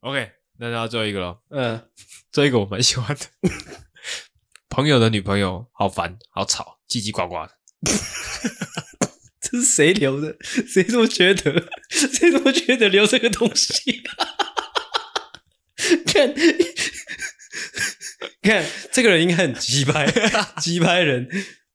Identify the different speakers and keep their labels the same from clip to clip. Speaker 1: OK，那到最后一个喽，
Speaker 2: 嗯，
Speaker 1: 这一个我蛮喜欢的。朋友的女朋友好烦，好吵，叽叽呱呱的。
Speaker 2: 这是谁留的？ 谁这么觉得？ 谁这么觉得留这个东西？ 看，看这个人应该很鸡掰， 鸡掰人，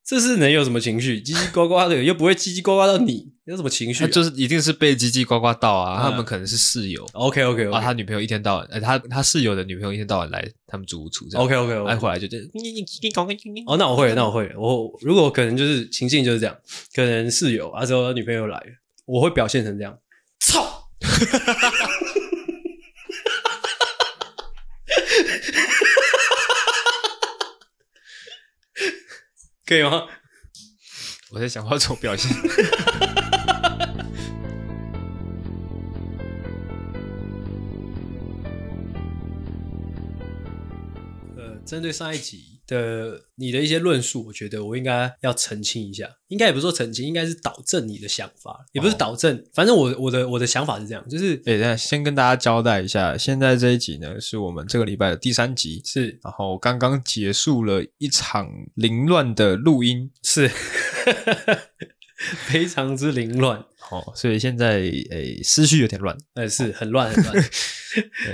Speaker 2: 这是能有什么情绪？叽叽呱呱的，又不会叽叽呱呱到你，有什么情绪、
Speaker 1: 他
Speaker 2: 啊？
Speaker 1: 就是一定是被叽叽呱呱到啊，
Speaker 2: 嗯
Speaker 1: 他们可能是室友
Speaker 2: OK OK
Speaker 1: 啊，
Speaker 2: OK
Speaker 1: 他女朋友一天到晚，呃、他他室友的女朋友一天到晚来他们租屋处这样
Speaker 2: OK OK
Speaker 1: 哎
Speaker 2: OK。
Speaker 1: 回来就这样
Speaker 2: 哦，那我会了，那我会了。我如果可能就是情境就是这样，可能室友啊，之后女朋友来了，我会表现成这样，操！ 可以吗？
Speaker 1: 我在想我要怎么表现。
Speaker 2: 呃，针对上一集的你的一些论述，我觉得我应该要澄清一下，应该也不是说澄清，应该是导正你的想法，也不是
Speaker 1: 哦
Speaker 2: 导正，反正我我的我的想法是这样，就是
Speaker 1: 对，那先跟大家交代一下，现在这一集呢是我们这个礼拜的第三集，
Speaker 2: 是
Speaker 1: 然后刚刚结束了一场凌乱的录音，
Speaker 2: 是 非常之凌乱，
Speaker 1: 哦，所以现在诶思绪有点乱。
Speaker 2: 呃，是很乱很乱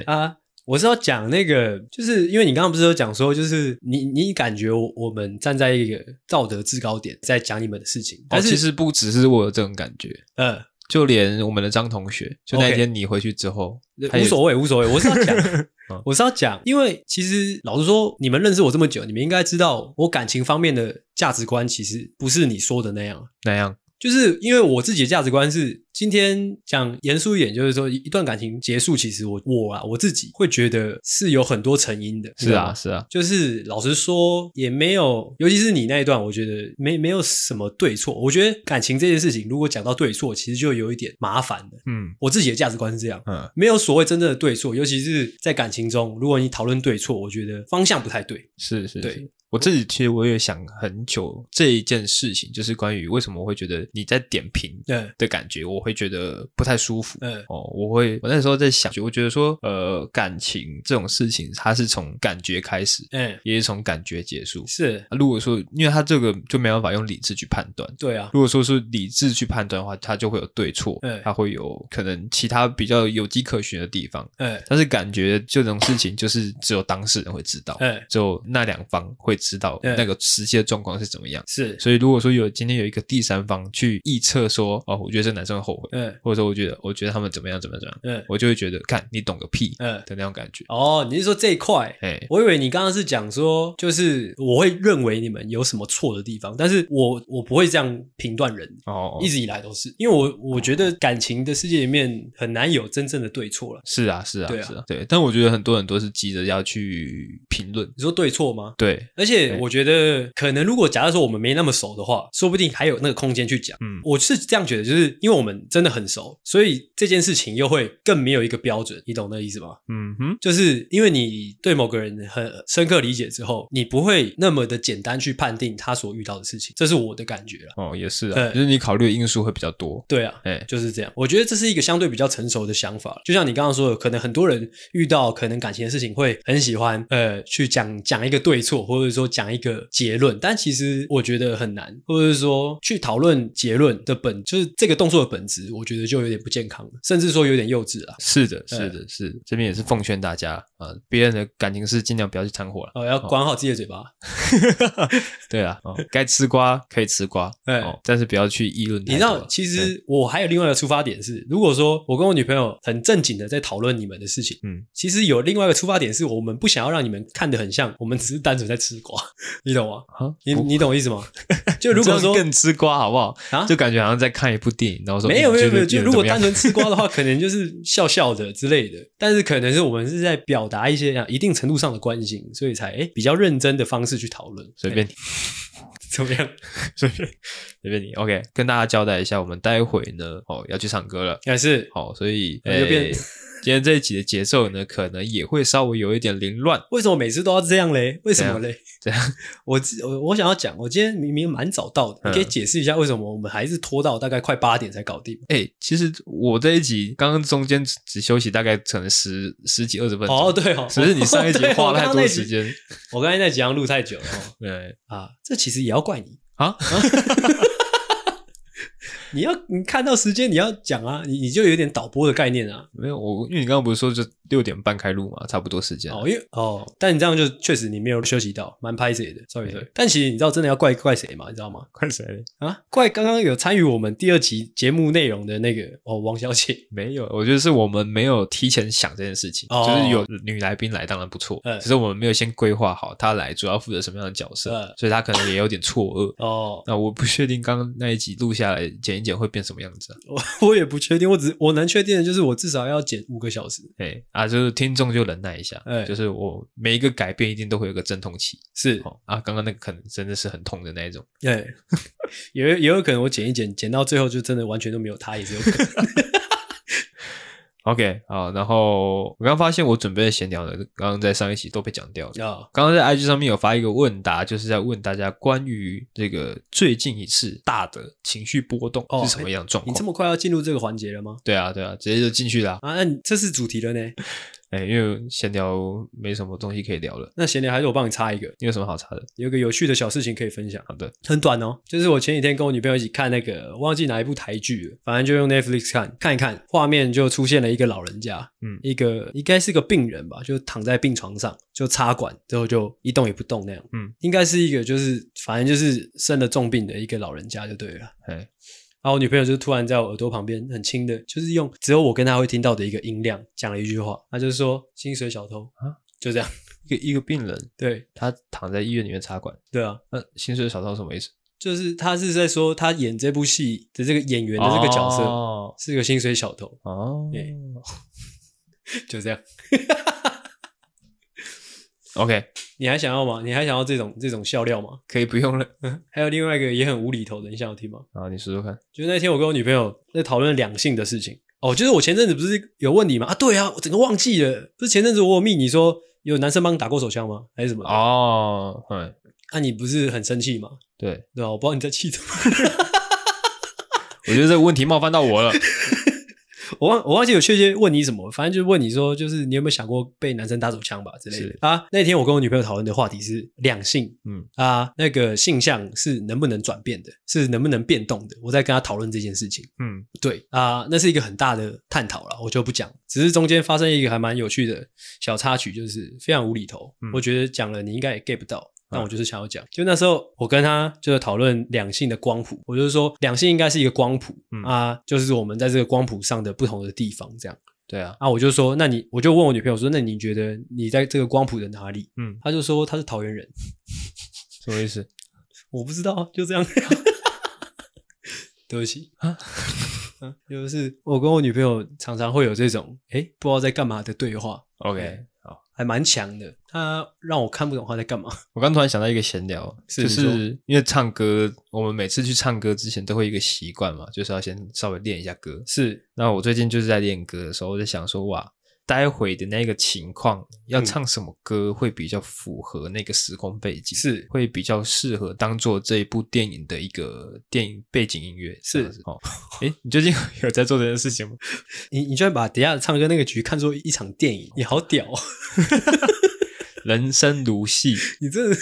Speaker 2: 啊。我是要讲那个，就是因为你刚刚不是有讲说，就是你你感觉我我们站在一个道德制高点在讲你们的事情，但
Speaker 1: 但
Speaker 2: 是、
Speaker 1: 哦其实不只是我有这种感觉，
Speaker 2: 呃
Speaker 1: 就连我们的张同学，就那
Speaker 2: OK
Speaker 1: 天你回去之后，他
Speaker 2: 无
Speaker 1: 也
Speaker 2: 所谓无所谓，我是要 讲
Speaker 1: 嗯，
Speaker 2: 我是要讲，因为其实老实说，你们认识我这么久，你们应该知道我感情方面的价值观其实不是你说的那样，
Speaker 1: 那样。
Speaker 2: 就是因为我自己的价值观是，今天讲严肃一点，就是说一一段感情结束，其实我我啊我自己会觉得是有很多成因的，你
Speaker 1: 是
Speaker 2: 知道
Speaker 1: 啊，
Speaker 2: 吗，
Speaker 1: 是啊，
Speaker 2: 就是老实说也没有，尤其是你那一段，我觉得没没有什么对错。我觉得感情这件事情，如果讲到对错，其实就有一点麻烦的。
Speaker 1: 嗯
Speaker 2: 我自己的价值观是这样。
Speaker 1: 嗯，
Speaker 2: 没有所谓真正的对错，尤其是在感情中，如果你讨论对错，我觉得方向不太对。
Speaker 1: 是是
Speaker 2: 对
Speaker 1: 是。我自己其实我也想很久这一件事情，就是关于为什么我会觉得你在点评
Speaker 2: 嗯
Speaker 1: 的感觉，我会觉得不太舒服。
Speaker 2: 嗯
Speaker 1: 哦，我会，我那时候在想，我觉得说，呃，感情这种事情，它是从感觉开始，
Speaker 2: 嗯，
Speaker 1: 也是从感觉结束。
Speaker 2: 是
Speaker 1: 啊如果说，因为它这个就没办法用理智去判断。
Speaker 2: 对啊，
Speaker 1: 如果说是理智去判断的话，它就会有对错，
Speaker 2: 嗯
Speaker 1: 它会有可能其他比较有迹可循的地方。
Speaker 2: 嗯
Speaker 1: 但是感觉这种事情，就是只有当事人会知道，
Speaker 2: 嗯
Speaker 1: 只有那两方会知道
Speaker 2: 嗯
Speaker 1: 那个实际的状况是怎么样。
Speaker 2: 是
Speaker 1: 所以如果说有今天有一个第三方去臆测说，哦，我觉得这男生会后悔，
Speaker 2: 嗯
Speaker 1: 或者说我觉得哦我觉得他们怎么样怎么样怎么样，
Speaker 2: 嗯
Speaker 1: 我就会觉得，看你懂个屁
Speaker 2: 嗯
Speaker 1: 的那种感觉。
Speaker 2: 哦，你是说这一块？
Speaker 1: 哎、
Speaker 2: 我以为你刚刚是讲说，就是我会认为你们有什么错的地方，但是我我不会这样评断人，
Speaker 1: 哦，
Speaker 2: 一直以来都是，因为我我觉得感情的世界里面很难有真正的对错了。
Speaker 1: 是啊，是啊，
Speaker 2: 对啊
Speaker 1: 是啊，对。但我觉得很多人都是急着要去评论，
Speaker 2: 你说对错吗？
Speaker 1: 对，
Speaker 2: 而且我觉得，可能如果假如说我们没那么熟的话，说不定还有那个空间去讲。
Speaker 1: 嗯，
Speaker 2: 我是这样觉得，就是因为我们真的很熟，所以这件事情又会更没有一个标准，你懂那意思吗？
Speaker 1: 嗯哼，
Speaker 2: 就是因为你对某个人很深刻理解之后，你不会那么的简单去判定他所遇到的事情，这是我的感觉啦。
Speaker 1: 哦，也是啊，
Speaker 2: 对
Speaker 1: 就是你考虑的因素会比较多，
Speaker 2: 对啊，
Speaker 1: 哎、
Speaker 2: 就是这样。我觉得这是一个相对比较成熟的想法。就像你刚刚说的，可能很多人遇到可能感情的事情，会很喜欢呃去讲讲一个对错，或者说讲一个结论。但其实我觉得很难，或者是说去讨论结论的本，就是这个动作的本质，我觉得就有点不健康了，甚至说有点幼稚了。
Speaker 1: 是的，是的，是的。这边也是奉劝大家啊，呃别人的感情事尽量不要去掺和了。
Speaker 2: 哦，要管好自己的嘴巴。
Speaker 1: 对 啊，哦该吃瓜可以吃瓜，
Speaker 2: 哎
Speaker 1: 哦，但是不要去议论太多。
Speaker 2: 你知道，其实我还有另外一个出发点是，如果说我跟我女朋友很正经的在讨论你们的事情，
Speaker 1: 嗯，
Speaker 2: 其实有另外一个出发点是我们不想要让你们看得很像，我们只是单纯在吃瓜， 你懂吗？
Speaker 1: 啊，
Speaker 2: 你
Speaker 1: 不
Speaker 2: 你懂我意 思吗？就如
Speaker 1: 这
Speaker 2: 果
Speaker 1: 样
Speaker 2: 说
Speaker 1: 更吃瓜好不好？
Speaker 2: 啊
Speaker 1: 就感觉好像在看一部电影，然后说
Speaker 2: 没有
Speaker 1: 嗯
Speaker 2: 没有
Speaker 1: 觉得
Speaker 2: 没有，
Speaker 1: 别
Speaker 2: 就
Speaker 1: 人
Speaker 2: 如
Speaker 1: 怎
Speaker 2: 果
Speaker 1: 么样
Speaker 2: 单纯吃瓜的话，可能就是笑笑的之类的，但是可能是我们是在表达一些啊一定程度上的关心，所以才哎比较认真的方式去讨论，
Speaker 1: 随便你，
Speaker 2: 哎怎么样？
Speaker 1: 随便随便你。OK，跟大家交代一下，我们待会呢，哦，要去唱歌了。
Speaker 2: 但是
Speaker 1: 好，所以
Speaker 2: 那就变
Speaker 1: 诶今天这一集的节奏呢，可能也会稍微有一点凌乱。
Speaker 2: 为什么每次都要这样嘞？为什么嘞？
Speaker 1: 这样
Speaker 2: 我自我我想要讲，我今天明明蛮早到的，你可以
Speaker 1: 嗯
Speaker 2: 解释一下为什么我们还是拖到大概快八点才搞定？
Speaker 1: 哎、其实我这一集刚刚中间只只休息大概可能十十几二十分钟，
Speaker 2: 哦，对哦，
Speaker 1: 只是 你上一集
Speaker 2: 对
Speaker 1: 花了太多时。
Speaker 2: 我刚刚那集
Speaker 1: 间。
Speaker 2: 我刚才那几样录太久了哦
Speaker 1: 对
Speaker 2: 啊，这其实也要怪你。
Speaker 1: 啊，
Speaker 2: 你要你看到时间你要讲啊，你你就有点导播的概念啊。
Speaker 1: 没有我，因为你刚刚不是说就六点半开录嘛，差不多时间。
Speaker 2: 哦，因为哦，但你这样就确实你没有休息到，蛮拍谁的，sorry
Speaker 1: 对
Speaker 2: sorry。但其实你知道真的要怪怪谁吗？你知 道吗？
Speaker 1: 快谁？
Speaker 2: 啊，怪刚刚有参与我们第二集节目内容的那个哦，王小姐。
Speaker 1: 没有，我觉得是我们没有提前想这件事情，
Speaker 2: 哦
Speaker 1: 就是有女来宾来当然不错，
Speaker 2: 嗯
Speaker 1: 只是我们没有先规划好她来主要负责什么样的角色，
Speaker 2: 嗯
Speaker 1: 所以她可能也有点错愕。
Speaker 2: 哦，
Speaker 1: 那我不确定刚刚那一集录下来剪一剪会变什么样子啊？
Speaker 2: 我我也不确定，我只我能确定的就是我至少要剪五个小时。
Speaker 1: 哎啊，就是听众就忍耐一下，
Speaker 2: 哎
Speaker 1: 就是我每一个改变一定都会有个阵痛期。
Speaker 2: 是，
Speaker 1: 哦啊，刚刚那个可能真的是很痛的那一种。
Speaker 2: 对，也有也有可能我剪一剪，剪到最后就真的完全都没有他，也是有可能。
Speaker 1: OK，好，然后我刚发现我准备的闲聊呢，刚刚在上一期都被讲掉了。
Speaker 2: 啊，
Speaker 1: 刚刚在 IG 上面有发一个问答，就是在问大家关于这个最近一次大的情绪波动
Speaker 2: 哦
Speaker 1: 是哎什么样的状
Speaker 2: 你
Speaker 1: 况。
Speaker 2: 这么快要进入这个环节了吗？
Speaker 1: 对啊，对啊，直接就进去啦。
Speaker 2: 啊，那你这是主题了呢？
Speaker 1: 哎，因为闲聊没什么东西可以聊了，
Speaker 2: 那闲聊还是我帮你插一个，
Speaker 1: 你有什么好查的？
Speaker 2: 有一个有趣的小事情可以分享，
Speaker 1: 好的，
Speaker 2: 很短哦。就是我前几天跟我女朋友一起看那个忘记哪一部台剧了，反正就用 Netflix 看，看一看，画面就出现了一个老人家，
Speaker 1: 嗯
Speaker 2: 一个应该是个病人吧，就躺在病床上，就插管之后就一动也不动那样，
Speaker 1: 嗯，
Speaker 2: 应该是一个就是反正就是生了重病的一个老人家就对了。
Speaker 1: 哎，
Speaker 2: 然后我女朋友就突然在我耳朵旁边很轻的，就是用只有我跟她会听到的一个音量讲了一句话，她就说“薪水小偷”
Speaker 1: 啊，
Speaker 2: 就这样。
Speaker 1: 一个一个病人，
Speaker 2: 对
Speaker 1: 他躺在医院里面插管，
Speaker 2: 对啊，
Speaker 1: 那薪水少到什么意思？
Speaker 2: 就是她是在说她演这部戏的这个演员的这个角色、
Speaker 1: 哦，
Speaker 2: 是个薪水小偷，
Speaker 1: 哦
Speaker 2: 对就这样。
Speaker 1: ，OK，
Speaker 2: 你还想要吗？你还想要这种这种笑料吗？嗯
Speaker 1: 可以不用了
Speaker 2: 还有另外一个也很无厘头的，你想要听吗？
Speaker 1: 啊，你说说看。
Speaker 2: 就是那天我跟我女朋友在讨论两性的事情。哦，就是我前阵子不是有问你吗？啊，对啊，我整个忘记了。不是前阵子我有密你说有男生帮你打过手枪吗？还是什么的？
Speaker 1: 哦，嗯，
Speaker 2: 那、你不是很生气吗？
Speaker 1: 对，
Speaker 2: 对吧、我不知道你在气什么，
Speaker 1: 我觉得这个问题冒犯到 我了。
Speaker 2: 我忘我忘记有确切问你什么，反正就是问你说，就是你有没有想过被男生打手枪吧之类的
Speaker 1: 是
Speaker 2: 啊？那天我跟我女朋友讨论的话题是两性，
Speaker 1: 嗯
Speaker 2: 啊，那个性向是能不能转变的，是能不能变动的，我在跟她讨论这件事情。
Speaker 1: 嗯，
Speaker 2: 对啊，那是一个很大的探讨了，我就不讲。只是中间发生一个还蛮有趣的小插曲，就是非常无厘头。
Speaker 1: 嗯
Speaker 2: 我觉得讲了你应该也 get 不到，但
Speaker 1: 嗯
Speaker 2: 我就是想要讲。就那时候我跟他就是讨论两性的光谱，我就是说两性应该是一个光谱、
Speaker 1: 嗯
Speaker 2: 啊，就是我们在这个光谱上的不同的地方这样
Speaker 1: 对啊，
Speaker 2: 啊。我就说，那你我就问我女朋友说，那你觉得你在这个光谱的哪里？
Speaker 1: 嗯，
Speaker 2: 她就说她是桃园人，
Speaker 1: 什么意 思？
Speaker 2: 我不知道啊，就这样。 对不起
Speaker 1: 啊
Speaker 2: 啊，嗯就是我跟我女朋友常常会有这种哎、诶不知道在干嘛的对话，
Speaker 1: OK，
Speaker 2: 哎
Speaker 1: 好，
Speaker 2: 还蛮强的。她让我看不懂她在干嘛。
Speaker 1: 我刚突然想到一个闲聊，
Speaker 2: 是
Speaker 1: 就
Speaker 2: 你
Speaker 1: 是因为唱歌，我们每次去唱歌之前都会有一个习惯嘛，就是要先稍微练一下歌。
Speaker 2: 是
Speaker 1: 那我最近就是在练歌的时候，我在想说，哇，待会的那个情况要
Speaker 2: 嗯
Speaker 1: 唱什么歌会比较符合那个时空背景，
Speaker 2: 是
Speaker 1: 会比较适合当做这一部电影的一个电影背景音乐。
Speaker 2: 是
Speaker 1: 这样子哦，诶，你最近有在做这件事情吗？
Speaker 2: 你，你居然把底下唱歌那个局看作一场电影，你好屌、哦！
Speaker 1: 人生如戏，
Speaker 2: 你真的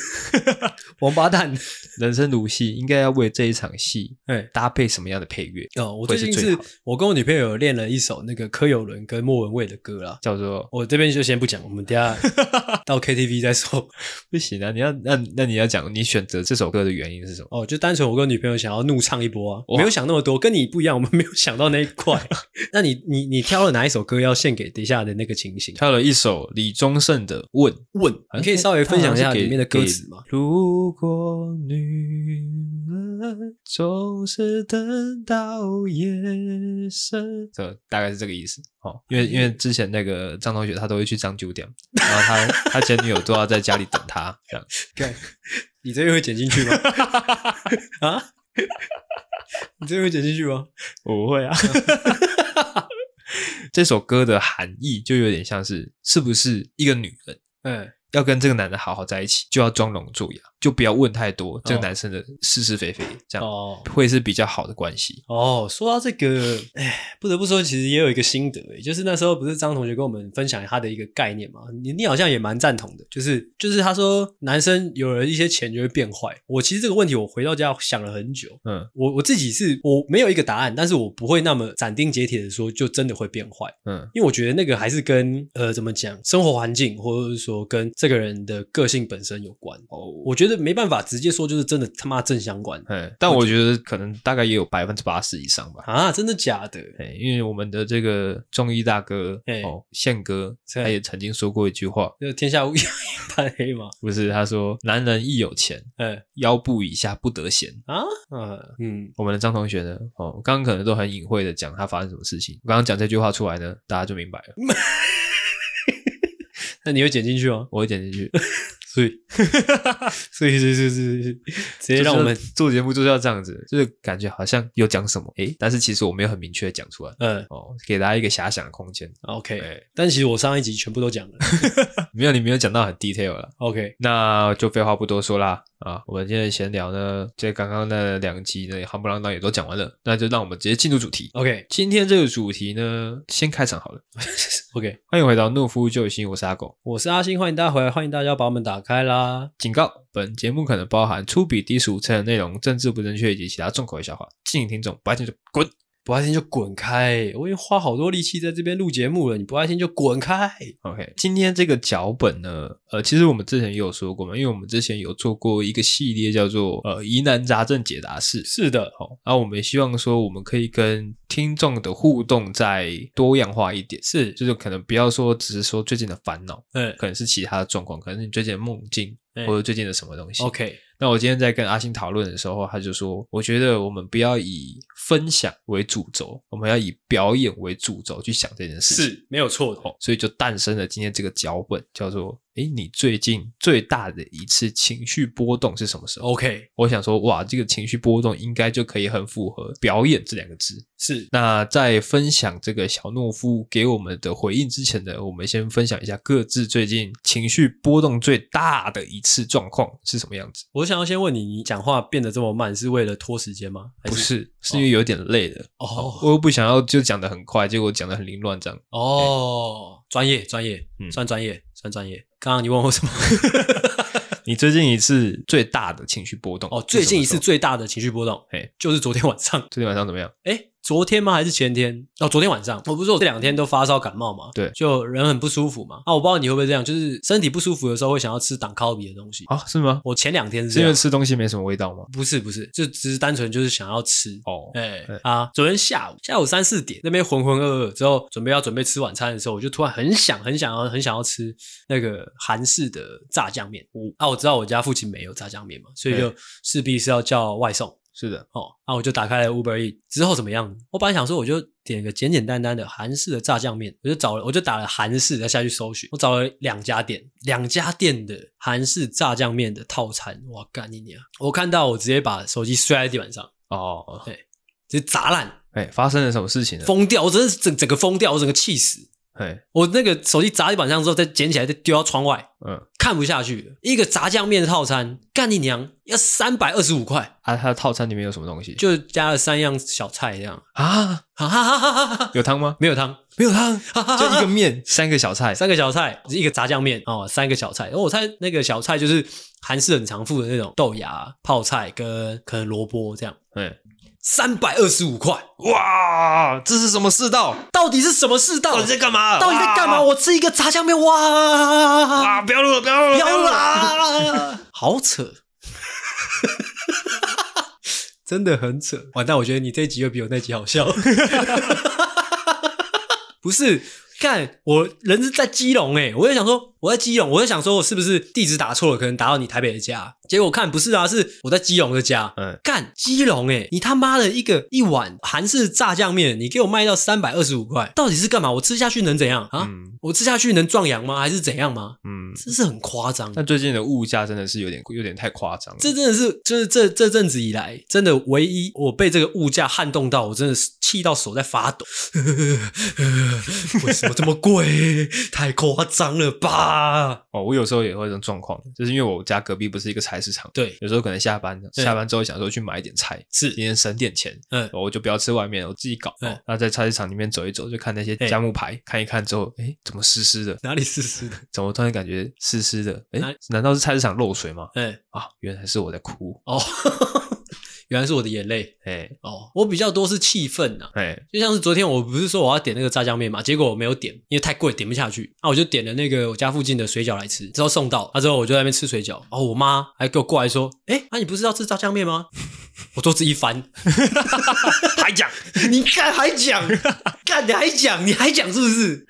Speaker 2: 王八蛋。
Speaker 1: 人生如戏，应该要为这一场戏
Speaker 2: 哎
Speaker 1: 搭配什么样的配乐？
Speaker 2: 哦，我最近
Speaker 1: 会是最
Speaker 2: 是
Speaker 1: 好的
Speaker 2: 我跟我女朋友有练了一首那个柯有伦跟莫文蔚的歌啦。
Speaker 1: 叫做
Speaker 2: 我这边就先不讲，我们等 一下到 KTV 再说。
Speaker 1: 不行啊！你要那那你要讲你选择这首歌的原因是什么？
Speaker 2: 哦，就单纯我跟女朋友想要怒唱一波啊，
Speaker 1: 哇
Speaker 2: 没有想那么多，跟你不一样，我们没有想到那一 块。那你你你挑了哪一首歌要献给底下的那个情形？
Speaker 1: 挑了一首李宗盛的《问》，啊哎
Speaker 2: 问，你可以稍微分享一下里面的歌词吗
Speaker 1: 吗？？如果女人总是等到夜深，这大概是这个意思哦。因
Speaker 2: 哎
Speaker 1: 为因为之前那个张同学他都会去张九点，然后他他前女友都要在家里等他这样。
Speaker 2: 看，你这个会剪进去吗？ 啊？ 你这个会剪进去吗？
Speaker 1: 我会啊。这首歌的含义就有点像是，是不是一个女人
Speaker 2: 嗯，
Speaker 1: 要跟这个男的好好在一起，就要装聋作哑，就不要问太多这个男生的是是非非，这样
Speaker 2: 哦
Speaker 1: 会是比较好的关系。
Speaker 2: 哦，说到这个，哎，不得不说，其实也有一个心得，哎，就是那时候不是张同学跟我们分享他的一个概念嘛，你你好像也蛮赞同的，就是就是他说男生有了一些钱就会变坏。我其实这个问题我回到家想了很久，
Speaker 1: 嗯
Speaker 2: 我我自己是我没有一个答案，但是我不会那么斩钉截铁的说就真的会变坏，
Speaker 1: 嗯
Speaker 2: 因为我觉得那个还是跟呃怎么讲生活环境，或者是说跟这个人的个性本身有关。
Speaker 1: 哦，
Speaker 2: 我觉得没办法直接说就是真的他妈正相关
Speaker 1: 嗯，但我觉得可能大概也有百分之八十以上吧。
Speaker 2: 啊，真的假的？
Speaker 1: 哎，因为我们的这个中医大哥
Speaker 2: 哎
Speaker 1: 哦，宪哥，
Speaker 2: 是
Speaker 1: 他也曾经说过一句话，
Speaker 2: 就天下无 一般黑嘛。
Speaker 1: 不是他说男人一有钱，
Speaker 2: 哎
Speaker 1: 腰部以下不得闲。
Speaker 2: 啊，嗯嗯，
Speaker 1: 我们的张同学呢？哦，刚刚可能都很隐晦的讲他发生什么事情。我刚刚讲这句话出来呢，大家就明白了。
Speaker 2: 那你会剪进去吗？
Speaker 1: 我会剪进 去，
Speaker 2: 所以，所以，所以，所以，所以，所以直接让我们
Speaker 1: 就，是做节目就是要这样子，就是感觉好像有讲什么，诶，但是其实我没有很明确地讲出来。
Speaker 2: 嗯
Speaker 1: 哦，给大家一个遐想的空间。
Speaker 2: ，OK。
Speaker 1: 对，
Speaker 2: 但其实我上一集全部都讲了
Speaker 1: 没有你没有讲到很 detail 了，
Speaker 2: ，OK。
Speaker 1: 那就废话不多说啦。啊，我们今天的闲聊呢，这刚刚那两集呢，夯不啷当也都讲完了，那就让我们直接进入主题。
Speaker 2: OK
Speaker 1: 今天这个主题呢，先开场好了。
Speaker 2: OK，
Speaker 1: 欢迎回到《懦夫救星》，我是阿狗。
Speaker 2: 我是阿星，欢迎大家回来，欢迎大家把我们打开啦。
Speaker 1: 警告：本节目可能包含粗鄙、低俗、成人内容、政治不正确以及其他重口味笑话，敬请听众不爱听就滚。
Speaker 2: 不爱听就滚开，我已经花好多力气在这边录节目了，你不爱听就滚开。
Speaker 1: OK，今天这个脚本呢，呃，其实我们之前也有说过嘛，因为我们之前有做过一个系列叫做呃疑难杂症解答室，
Speaker 2: 是的，
Speaker 1: 好，然后我们也希望说我们可以跟听众的互动再多样化一点，是，就是可能不要说只是说最近的烦恼，
Speaker 2: 嗯
Speaker 1: 可能是其他的状况，可能是你最近的梦境
Speaker 2: 嗯
Speaker 1: 或者最近的什么东西。
Speaker 2: ，OK，
Speaker 1: 那我今天在跟阿星讨论的时候，他就说，我觉得我们不要以分享为主轴，我们要以表演为主轴去想这件事情。
Speaker 2: 没有错的。
Speaker 1: 哦，所以就诞生了今天这个脚本，叫做“诶，你最近最大的一次情绪波动是什么时候？”
Speaker 2: OK，
Speaker 1: 我想说，哇，这个情绪波动应该就可以很符合“表演”这两个字。
Speaker 2: 是
Speaker 1: 那在分享这个小懦夫给我们的回应之前呢，我们先分享一下各自最近情绪波动最大的一次状况是什么样子。
Speaker 2: 我想要先问你，你讲话变得这么慢是为了拖时间吗？还
Speaker 1: 不是，哦是因为有点累了，
Speaker 2: 哦
Speaker 1: 我又不想要就讲的很快，结果讲的很凌乱这样。
Speaker 2: 哦，专业专业，
Speaker 1: 嗯
Speaker 2: 算专业算专业。刚刚你问 我什么？
Speaker 1: 你最近一次最大的情绪波动
Speaker 2: 哦，最近一次
Speaker 1: 是什么时
Speaker 2: 最大的情绪波动，
Speaker 1: 嘿
Speaker 2: 就是昨天晚上
Speaker 1: 候，。昨天晚上怎么样？
Speaker 2: 哎，昨天吗？还是前天？哦，昨天晚上，我不是说我这两天都发烧感冒嘛，
Speaker 1: 对
Speaker 2: 就人很不舒服嘛。啊，我不知道你会不会这样，就是身体不舒服的时候会想要吃挡靠比的东西。
Speaker 1: 啊，是吗？
Speaker 2: 我前两天是
Speaker 1: 是
Speaker 2: 这
Speaker 1: 因为
Speaker 2: 样，
Speaker 1: 吃东西没什么味道吗？
Speaker 2: 不是不是，就只是单纯就是想要吃。
Speaker 1: 哦
Speaker 2: 哎、
Speaker 1: 哎
Speaker 2: 啊！昨天下午下午三四点，那边浑浑噩噩之后，准备要准备吃晚餐的时候，我就突然很想很想要很想要吃那个韩式的炸酱面。啊，我知道我家附近没有炸酱面嘛，所以就势必是要叫外送。
Speaker 1: 是的，
Speaker 2: 哦，那、我就打开了 Uber E 之后怎么样？我本来想说我就点个简简单单的韩式的炸酱面，我就找了我就打了韩式，再下去搜寻，我找了两家店，两家店的韩式炸酱面的套餐，哇干你娘！我看到我直接把手机摔在地板上，
Speaker 1: 哦，
Speaker 2: 直接砸烂，
Speaker 1: 哎，发生了什么事情呢？
Speaker 2: 疯掉，我真的是整整个疯掉，我整个气死。
Speaker 1: 哎，
Speaker 2: 我那个手机砸地板上之后，再捡起来，再丢到窗外，
Speaker 1: 嗯，
Speaker 2: 看不下去了。一个炸酱面的套餐，干你娘，要三百二十五块，
Speaker 1: 啊，它的套餐里面有什么东西？
Speaker 2: 就加了三样小菜这样。
Speaker 1: 啊，
Speaker 2: 哈哈哈哈哈哈！
Speaker 1: 有汤吗？
Speaker 2: 没有汤，
Speaker 1: 没有汤，
Speaker 2: 哈哈哈
Speaker 1: 就
Speaker 2: 哈
Speaker 1: 一个面，啊三个小菜。
Speaker 2: 三个小菜，一个炸酱面哦，三个小菜。然后我猜那个小菜就是韩式很常附的那种豆芽、泡菜跟可能萝卜这样，
Speaker 1: 哎，
Speaker 2: 三百二十五块，
Speaker 1: 哇，这是什么世道？
Speaker 2: 到底是什么世道？
Speaker 1: 干嘛
Speaker 2: 到底在干嘛？？我吃一个炸酱面，哇，！
Speaker 1: 不要录了，不要录了，
Speaker 2: 不要录了
Speaker 1: 了！
Speaker 2: 好扯，真的很扯。完蛋，我觉得你这一集又比我那集好笑。 不是，看我人是在基隆哎、我就想说我在基隆，我就想说我是不是地址打错了，可能打到你台北的家。结果看不是啊，是我在基隆的家。
Speaker 1: 嗯，
Speaker 2: 干基隆哎、你他妈的一个一碗韩式炸酱面，你给我卖到三百二十五块，到底是干嘛？我吃下去能怎样啊？
Speaker 1: 嗯
Speaker 2: 我吃下去能壮阳吗？还是怎样吗？
Speaker 1: 嗯，
Speaker 2: 这是很夸张。
Speaker 1: 但最近的物价真的是有点有点太夸张了。
Speaker 2: 这真的是，就是这这阵子以来，真的唯一我被这个物价撼动到，我真的是气到手在 发抖。为什么这么贵？太夸张了吧！哇，
Speaker 1: 哦，我有时候也会有这种状况，就是因为我家隔壁不是一个菜市场，
Speaker 2: 对，
Speaker 1: 有时候可能下班了
Speaker 2: 对
Speaker 1: 下班之后想说去买一点菜，
Speaker 2: 是
Speaker 1: 今天省点钱，
Speaker 2: 嗯，
Speaker 1: 我就不要吃外面，我自己搞。
Speaker 2: 嗯
Speaker 1: 哦那在菜市场里面走一走，就看那些
Speaker 2: 哎
Speaker 1: 价目牌，看一看之后，哎，怎么湿湿的？
Speaker 2: 哪里湿湿的？
Speaker 1: 怎么突然感觉湿湿的？哎
Speaker 2: 哪，
Speaker 1: 难道是菜市场漏水吗？
Speaker 2: 哎，
Speaker 1: 啊，原来是我在哭。
Speaker 2: 哦， 原来是我的眼泪
Speaker 1: 哎
Speaker 2: 哦，我比较多是气愤啊呐、
Speaker 1: 哎，
Speaker 2: 就像是昨天我不是说我要点那个炸酱面嘛，结果我没有点，因为太贵点不下去。啊，我就点了那个我家附近的水饺来吃，之后送到，啊之后我就在那边吃水饺，然后我妈还给我过来说，哎、啊你不是要吃炸酱面吗？ 我桌子一翻，
Speaker 1: 还讲
Speaker 2: 你干还讲，干你还讲，你还讲是不是？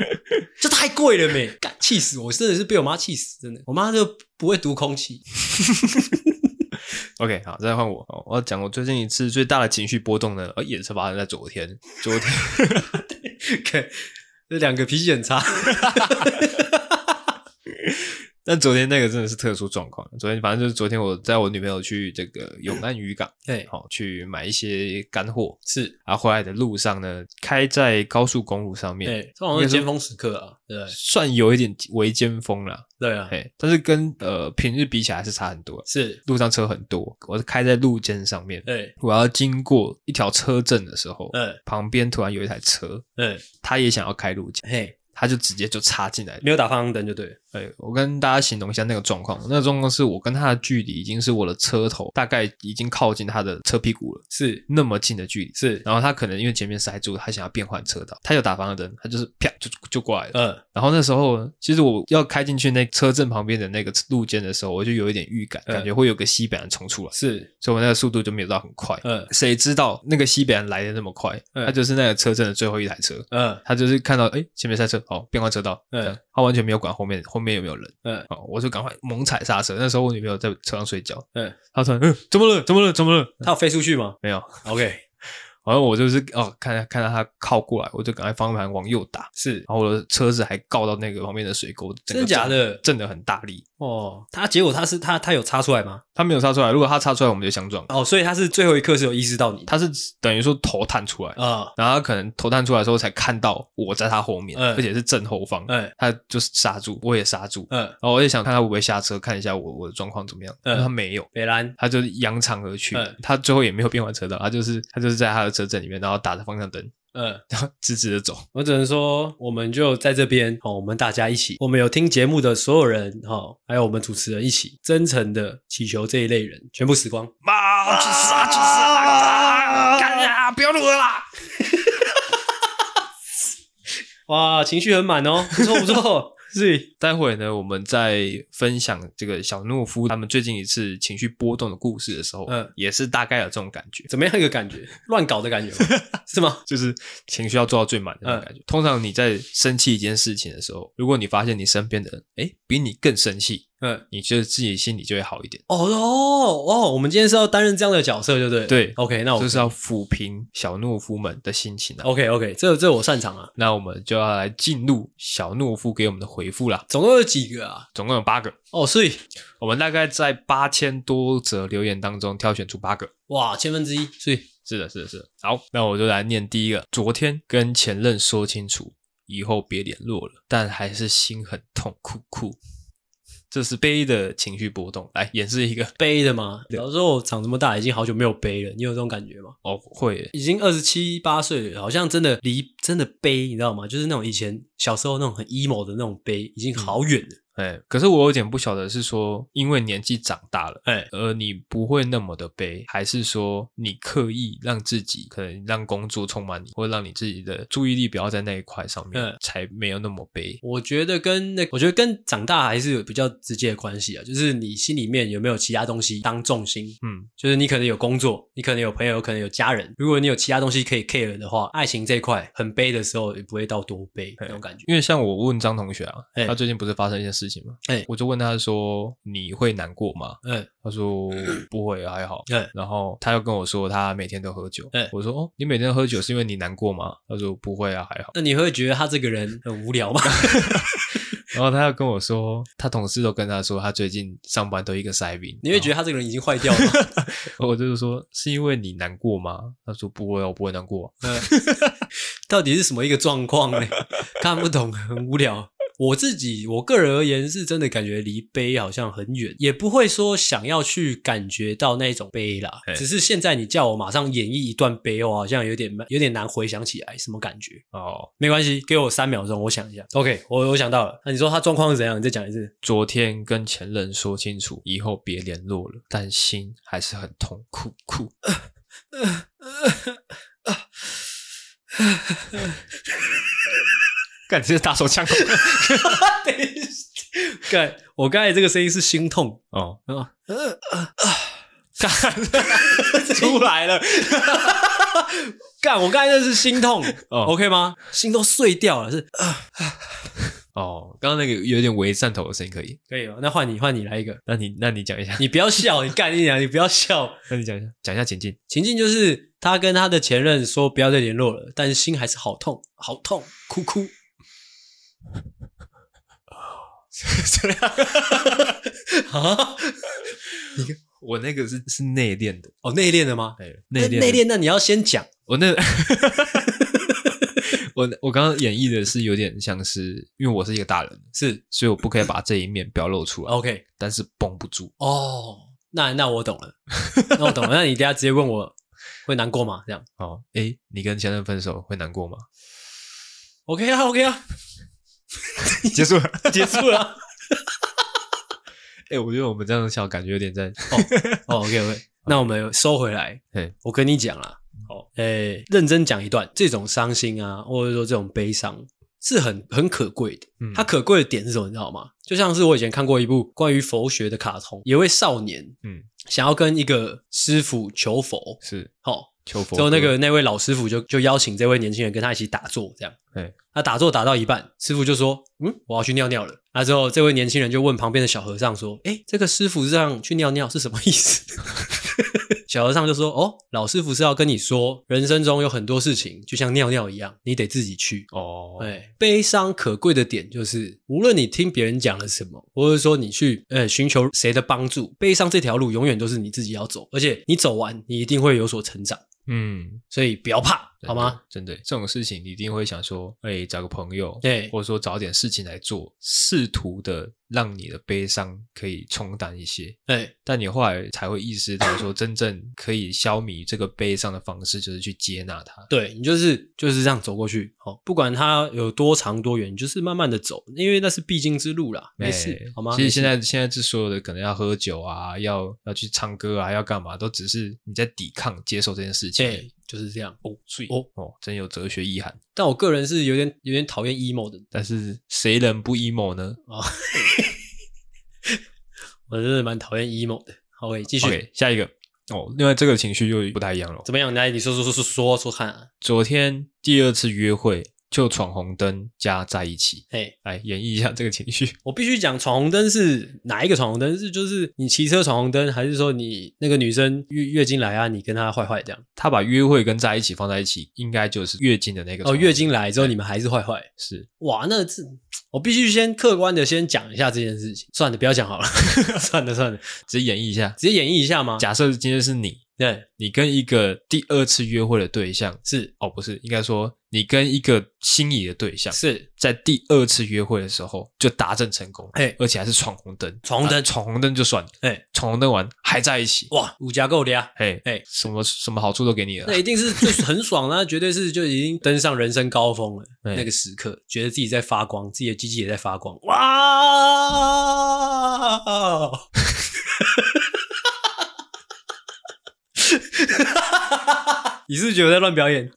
Speaker 2: 这太贵了没？干气死我，真的是被我妈气死，真的，我妈就不会读空气。
Speaker 1: OK，好，再换我。哦我要讲我最近一次最大的情绪波动呢，呃，也是发生在昨天。昨天
Speaker 2: 看这两个脾气很差，
Speaker 1: 但昨天那个真的是特殊状况。昨天反正就是昨天，我带我女朋友去这个永安渔港，
Speaker 2: 对，
Speaker 1: 好、去买一些干货。
Speaker 2: 是，
Speaker 1: 啊，回来的路上呢，开在高速公路上面，
Speaker 2: 对，这种是尖峰时刻啊，对不对
Speaker 1: 算有一点微尖峰啦，
Speaker 2: 对啊，
Speaker 1: 嘿，但是跟呃平日比起来还是差很多。
Speaker 2: 是，
Speaker 1: 路上车很多，我是开在路肩上面，
Speaker 2: 哎
Speaker 1: 我要经过一条车阵的时候，
Speaker 2: 哎
Speaker 1: 旁边突然有一台车，
Speaker 2: 哎
Speaker 1: 他也想要开路肩，
Speaker 2: 嘿，
Speaker 1: 他就直接就插进来了。
Speaker 2: 没有打方向灯就对了，
Speaker 1: 哎，我跟大家形容一下那个状况，那个状况是我跟他的距离已经是我的车头大概已经靠近他的车屁股了，
Speaker 2: 是
Speaker 1: 那么近的距离。
Speaker 2: 是，
Speaker 1: 然后他可能因为前面塞住，他想要变换车道，他有打方向灯，他就是啪就就过来了。
Speaker 2: 嗯
Speaker 1: 然后那时候呢，其实我要开进去那车阵旁边的那个路肩的时候，我就有一点预感，
Speaker 2: 嗯
Speaker 1: 感觉会有个西北人冲出来，
Speaker 2: 是，
Speaker 1: 所以我那个速度就没有到很快。
Speaker 2: 嗯
Speaker 1: 谁知道那个西北人来的那么快，
Speaker 2: 嗯
Speaker 1: 他就是那个车阵的最后一台车，
Speaker 2: 嗯
Speaker 1: 他就是看到哎前面塞车，哦变换车道，
Speaker 2: 嗯
Speaker 1: 这样他完全没有管后面后面有没有人，
Speaker 2: 嗯
Speaker 1: 哦我就赶快猛踩刹车。那时候我女朋友在车上睡觉，
Speaker 2: 嗯，
Speaker 1: 她突然嗯怎么了怎么了怎么了？
Speaker 2: 他有飞出去 吗
Speaker 1: 没有，
Speaker 2: ？OK，
Speaker 1: 然后我就是哦看看到他靠过来，我就赶快方向盘往右打，
Speaker 2: 是，
Speaker 1: 然后我的车子还告到那个旁边的水沟，整
Speaker 2: 真
Speaker 1: 个
Speaker 2: 的假
Speaker 1: 震
Speaker 2: 的？
Speaker 1: 震得很大力。
Speaker 2: 哦，他结果他是他他有插出来吗？
Speaker 1: 他没有插出来，如果他插出来，我们就相撞。
Speaker 2: 哦，所以他是最后一刻是有意识到你
Speaker 1: 他是等于说头探出来，
Speaker 2: 啊，
Speaker 1: 然后他可能头探出来的时候才看到我在他后面，
Speaker 2: 嗯
Speaker 1: 而且是正后方，
Speaker 2: 嗯
Speaker 1: 他就是刹住，我也刹住，
Speaker 2: 嗯，
Speaker 1: 然后我也想看他会不会下车，看一下我我的状况怎么样，但
Speaker 2: 嗯
Speaker 1: 他没有。
Speaker 2: 北兰，
Speaker 1: 他就是扬长而去，
Speaker 2: 嗯
Speaker 1: 他最后也没有变换车道，他就是他就是在他的车阵里面，然后打着方向灯，
Speaker 2: 嗯，
Speaker 1: 然后直直的走。
Speaker 2: 我只能说，我们就在这边哦，我们大家一起，我们有听节目的所有人哈、哦，还有我们主持人一起，真诚的祈求这一类人全部死光。
Speaker 1: 妈，去死啊，去死啊！干啊，不要录了啦！
Speaker 2: 哇，情绪很满哦，不错不 错，是，
Speaker 1: 待会呢，我们在分享这个小懦夫他们最近一次情绪波动的故事的时候，
Speaker 2: 嗯
Speaker 1: 也是大概有这种感觉，
Speaker 2: 怎么样一个感觉？乱搞的感觉吗是吗？
Speaker 1: 就是情绪要做到最满的那种感觉。通常你在生气一件事情的时候，如果你发现你身边的人，哎，比你更生气，
Speaker 2: 嗯，
Speaker 1: 你就自己心里就会好一点。
Speaker 2: 哦哦哦，我们今天是要担任这样的角色，对不对？
Speaker 1: 对
Speaker 2: ，OK，那我
Speaker 1: 就是要抚平小懦夫们的心情啊。
Speaker 2: OK OK，这这我擅长啊，
Speaker 1: 那我们就要来进入小懦夫给我们的回复啦，
Speaker 2: 总共有几个啊？
Speaker 1: 总共有八个，
Speaker 2: 哦，所以
Speaker 1: 我们大概在八千多则留言当中挑选出八个。
Speaker 2: 哇，千分之一，所以
Speaker 1: 是的，是的，是的。好，那我就来念第一个。昨天跟前任说清楚，以后别联络了，但还是心很痛，哭哭。这是悲的情绪波动，来演示一个。
Speaker 2: 背的嘛。
Speaker 1: 对
Speaker 2: 老时候我长这么大，已经好久没有背了，你有这种感觉吗？
Speaker 1: 哦，会耶，
Speaker 2: 已经二十七八岁了，好像真的离真的悲，你知道吗？就是那种以前小时候那种很 emo 的那种悲，已经好远了。
Speaker 1: 哎，可是我有点不晓得是说，因为年纪长大了，
Speaker 2: 哎、
Speaker 1: 而你不会那么的悲，还是说你刻意让自己可能让工作充满你，或让你自己的注意力不要在那一块上面，
Speaker 2: 嗯
Speaker 1: 才没有那么悲。
Speaker 2: 我觉得跟那，我觉得跟长大还是有比较直接的关系啊，就是你心里面有没有其他东西当重心。
Speaker 1: 嗯，
Speaker 2: 就是你可能有工作，你可能有朋友，有可能有家人。如果你有其他东西可以 care 的话，爱情这一块很悲的时候也不会到多悲那种感觉。
Speaker 1: 因为像我问张同学啊，
Speaker 2: 哎
Speaker 1: 他最近不是发生一件事情吗？
Speaker 2: 哎
Speaker 1: 我就问他说：“你会难过吗
Speaker 2: 嗯？”
Speaker 1: 他说：“不会，还好。
Speaker 2: 嗯”
Speaker 1: 然后他又跟我说他每天都喝酒
Speaker 2: 哎。
Speaker 1: 我说：“哦，你每天喝酒是因为你难过吗？”他说：“不会啊，还好。
Speaker 2: 那你会觉得他这个人很无聊吗？”
Speaker 1: 然后他又跟我说，他同事都跟他说他最近上班都一个塞宾。
Speaker 2: 你会觉得他这个人已经坏掉了吗？
Speaker 1: 然后我就是说是因为你难过吗？他说：“不会啊，我不会难过啊。
Speaker 2: 到底是什么一个状况呢？看不懂，很无聊。我自己我个人而言，是真的感觉离悲好像很远，也不会说想要去感觉到那一种悲啦
Speaker 1: 嘿。
Speaker 2: 只是现在你叫我马上演绎一段悲，我好像有点有点难回想起来什么感觉。
Speaker 1: 哦，
Speaker 2: 没关系，给我三秒钟，我想一下。OK，我我想到了。那你说他状况是怎样？你再讲一次。
Speaker 1: 昨天跟前任说清楚，以后别联络了，但心还是很痛苦苦。 干，这是大手枪
Speaker 2: 等一下干，我刚才这个声音是心痛，
Speaker 1: 哦！
Speaker 2: 干出来了。干，我刚才那是心痛、
Speaker 1: 哦
Speaker 2: o k 吗？心都碎掉了，是
Speaker 1: 哦，刚刚那个有点微颤抖的声音可以？
Speaker 2: 可以吗？哦那换你，换你来一个。
Speaker 1: 那你那你讲一下，
Speaker 2: 你不要笑，你干你娘，你不要笑。
Speaker 1: 那你讲一下，讲一下情境。
Speaker 2: 情境就是他跟他的前任说不要再联络了，但是心还是好痛，好痛，哭 哭。
Speaker 1: 这样
Speaker 2: 啊？
Speaker 1: 我那个是是内敛的，
Speaker 2: 哦，内敛的吗？
Speaker 1: 哎，内敛
Speaker 2: 内
Speaker 1: 的
Speaker 2: 敛，那你要先讲。
Speaker 1: 我那我我刚刚演绎的是有点像是，因为我是一个大人，是，所以我不可以把这一面表露出来，
Speaker 2: OK，
Speaker 1: 但是绷不住。
Speaker 2: 哦，那那我懂了，那我懂了。那你等一下直接问我会难过吗？这样
Speaker 1: 哦，诶，你跟前任分手会难过吗？
Speaker 2: OK 啊，OK 啊，
Speaker 1: 结束了。
Speaker 2: 结束 了。
Speaker 1: 诶，我觉得我们这样笑，感觉有点在
Speaker 2: 哦，OK OK，那我们收回来
Speaker 1: 嘿。嗯
Speaker 2: 我跟你讲啦，哦，诶、认真讲一段，这种伤心啊，或者说这种悲伤，是很很可贵的。
Speaker 1: 嗯
Speaker 2: 它可贵的点是什么？你知道吗？就像是我以前看过一部关于佛学的卡通，有一位少年，
Speaker 1: 嗯，
Speaker 2: 想要跟一个师傅求佛，哦
Speaker 1: 是
Speaker 2: 好、
Speaker 1: 求佛
Speaker 2: 之后那
Speaker 1: 哥
Speaker 2: 个那位老师傅就就邀请这位年轻人跟他一起打坐，这样。
Speaker 1: 对，
Speaker 2: 他打坐打到一半，师傅就说：“嗯，我要去尿尿了。”那之后，这位年轻人就问旁边的小和尚说：“哎，这个师傅让去尿尿是什么意思？” 小和尚就说：“哦，老师傅是要跟你说，人生中有很多事情就像尿尿一样，你得自己去。”
Speaker 1: 哦，
Speaker 2: 哎，悲伤可贵的点就是，无论你听别人讲了什么，或者说你去呃寻求谁的帮助，悲伤这条路永远都是你自己要走，而且你走完，你一定会有所成长。
Speaker 1: 嗯，
Speaker 2: 所以不要怕，
Speaker 1: 真的
Speaker 2: 好吗？？
Speaker 1: 真的，这种事情你一定会想说，诶，找个朋友，
Speaker 2: 对
Speaker 1: 或者说找点事情来做，试图的让你的悲伤可以冲淡一些。
Speaker 2: 哎，
Speaker 1: 但你后来才会意识到，说真正可以消弭这个悲伤的方式，就是去接纳它。
Speaker 2: 对你就是就是这样走过去，好、不管它有多长多远，你就是慢慢的走，因为那是必经之路啦，没
Speaker 1: 哎
Speaker 2: 事，好吗？
Speaker 1: 其实
Speaker 2: 没事
Speaker 1: 现在现在这所有的可能要喝酒啊，要要去唱歌啊，要干嘛，都只是你在抵抗接受这件事情而
Speaker 2: 哎
Speaker 1: 已。
Speaker 2: 就是这样。
Speaker 1: 哦，所以
Speaker 2: 哦
Speaker 1: 哦，真有哲学意涵。
Speaker 2: 但我个人是有点有点讨厌 emo 的，
Speaker 1: 但是谁人不 emo 呢？
Speaker 2: 我真的蛮讨厌 emo 的。好，喂，继续
Speaker 1: OK，下一个哦，另外这个情绪又不太一样了。
Speaker 2: 怎么样？来，你说说说说说说看啊？
Speaker 1: 昨天第二次约会就闯红灯加在一起，
Speaker 2: 哎，
Speaker 1: 来演绎一下这个情绪。
Speaker 2: 我必须讲闯红灯是哪一个闯红灯？是就是你骑车闯红灯，还是说你那个女生月月经来啊，你跟她坏坏这样？
Speaker 1: 他把约会跟在一起放在一起，应该就是月经的那个
Speaker 2: 哦，
Speaker 1: 闯
Speaker 2: 月经来之后你们还是坏坏，
Speaker 1: 是
Speaker 2: 哇，那这我必须先客观的先讲一下这件事情。算了，不要讲好了， 算了算了，
Speaker 1: 直接演绎一下。
Speaker 2: 直接演绎一下吗？
Speaker 1: 假设今天是你，
Speaker 2: 对，
Speaker 1: 你跟一个第二次约会的对象，
Speaker 2: 是
Speaker 1: 哦，不是，应该说你跟一个心仪的对象，
Speaker 2: 是，
Speaker 1: 在第二次约会的时候就达阵成功，
Speaker 2: 嘿
Speaker 1: 而且还是闯红灯，
Speaker 2: 哎闯红灯
Speaker 1: 啊闯红灯就算了，
Speaker 2: 哎，
Speaker 1: 闯红灯完还在一起，
Speaker 2: 哇，五家够的呀，
Speaker 1: 嘿，
Speaker 2: 哎，
Speaker 1: 什么什么好处都给你了
Speaker 2: 那，一定是就是很爽啦、绝对是就已经登上人生高峰了。
Speaker 1: 对
Speaker 2: 那个时刻，觉得自己在发光，自己的鸡鸡也在发光，哇！ 你是不是觉得我在乱表演？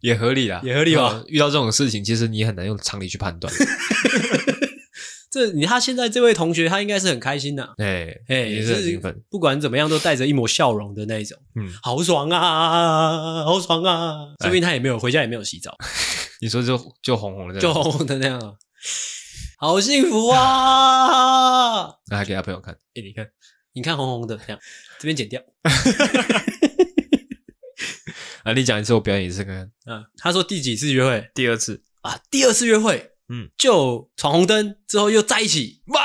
Speaker 1: 也合理啦，
Speaker 2: 也合理吧
Speaker 1: 嗯遇到这种事情，其实你也很难用常理去判 断，
Speaker 2: 这你他现在这位同学，他应该是很开心的、
Speaker 1: 哎，
Speaker 2: 哎，
Speaker 1: 也是很兴奋，，
Speaker 2: 不管怎么样都带着一抹笑容的那一种，
Speaker 1: 嗯，
Speaker 2: 好爽啊，好爽啊！
Speaker 1: 哎
Speaker 2: 说不定他也没有回家，也没有洗澡，
Speaker 1: 你说就就红红的这
Speaker 2: 就
Speaker 1: 样，
Speaker 2: 红红的那样啊，好幸福 啊！
Speaker 1: 那还给他朋友看，哎，你看，
Speaker 2: 你看红红的这样，这边剪掉。
Speaker 1: 啊，你讲一次，我表演一次看看，
Speaker 2: 嗯，他说第几次约会
Speaker 1: 第二次，
Speaker 2: 啊？第二次约会，
Speaker 1: 嗯，
Speaker 2: 就闯红灯之后又在一起，
Speaker 1: 哇！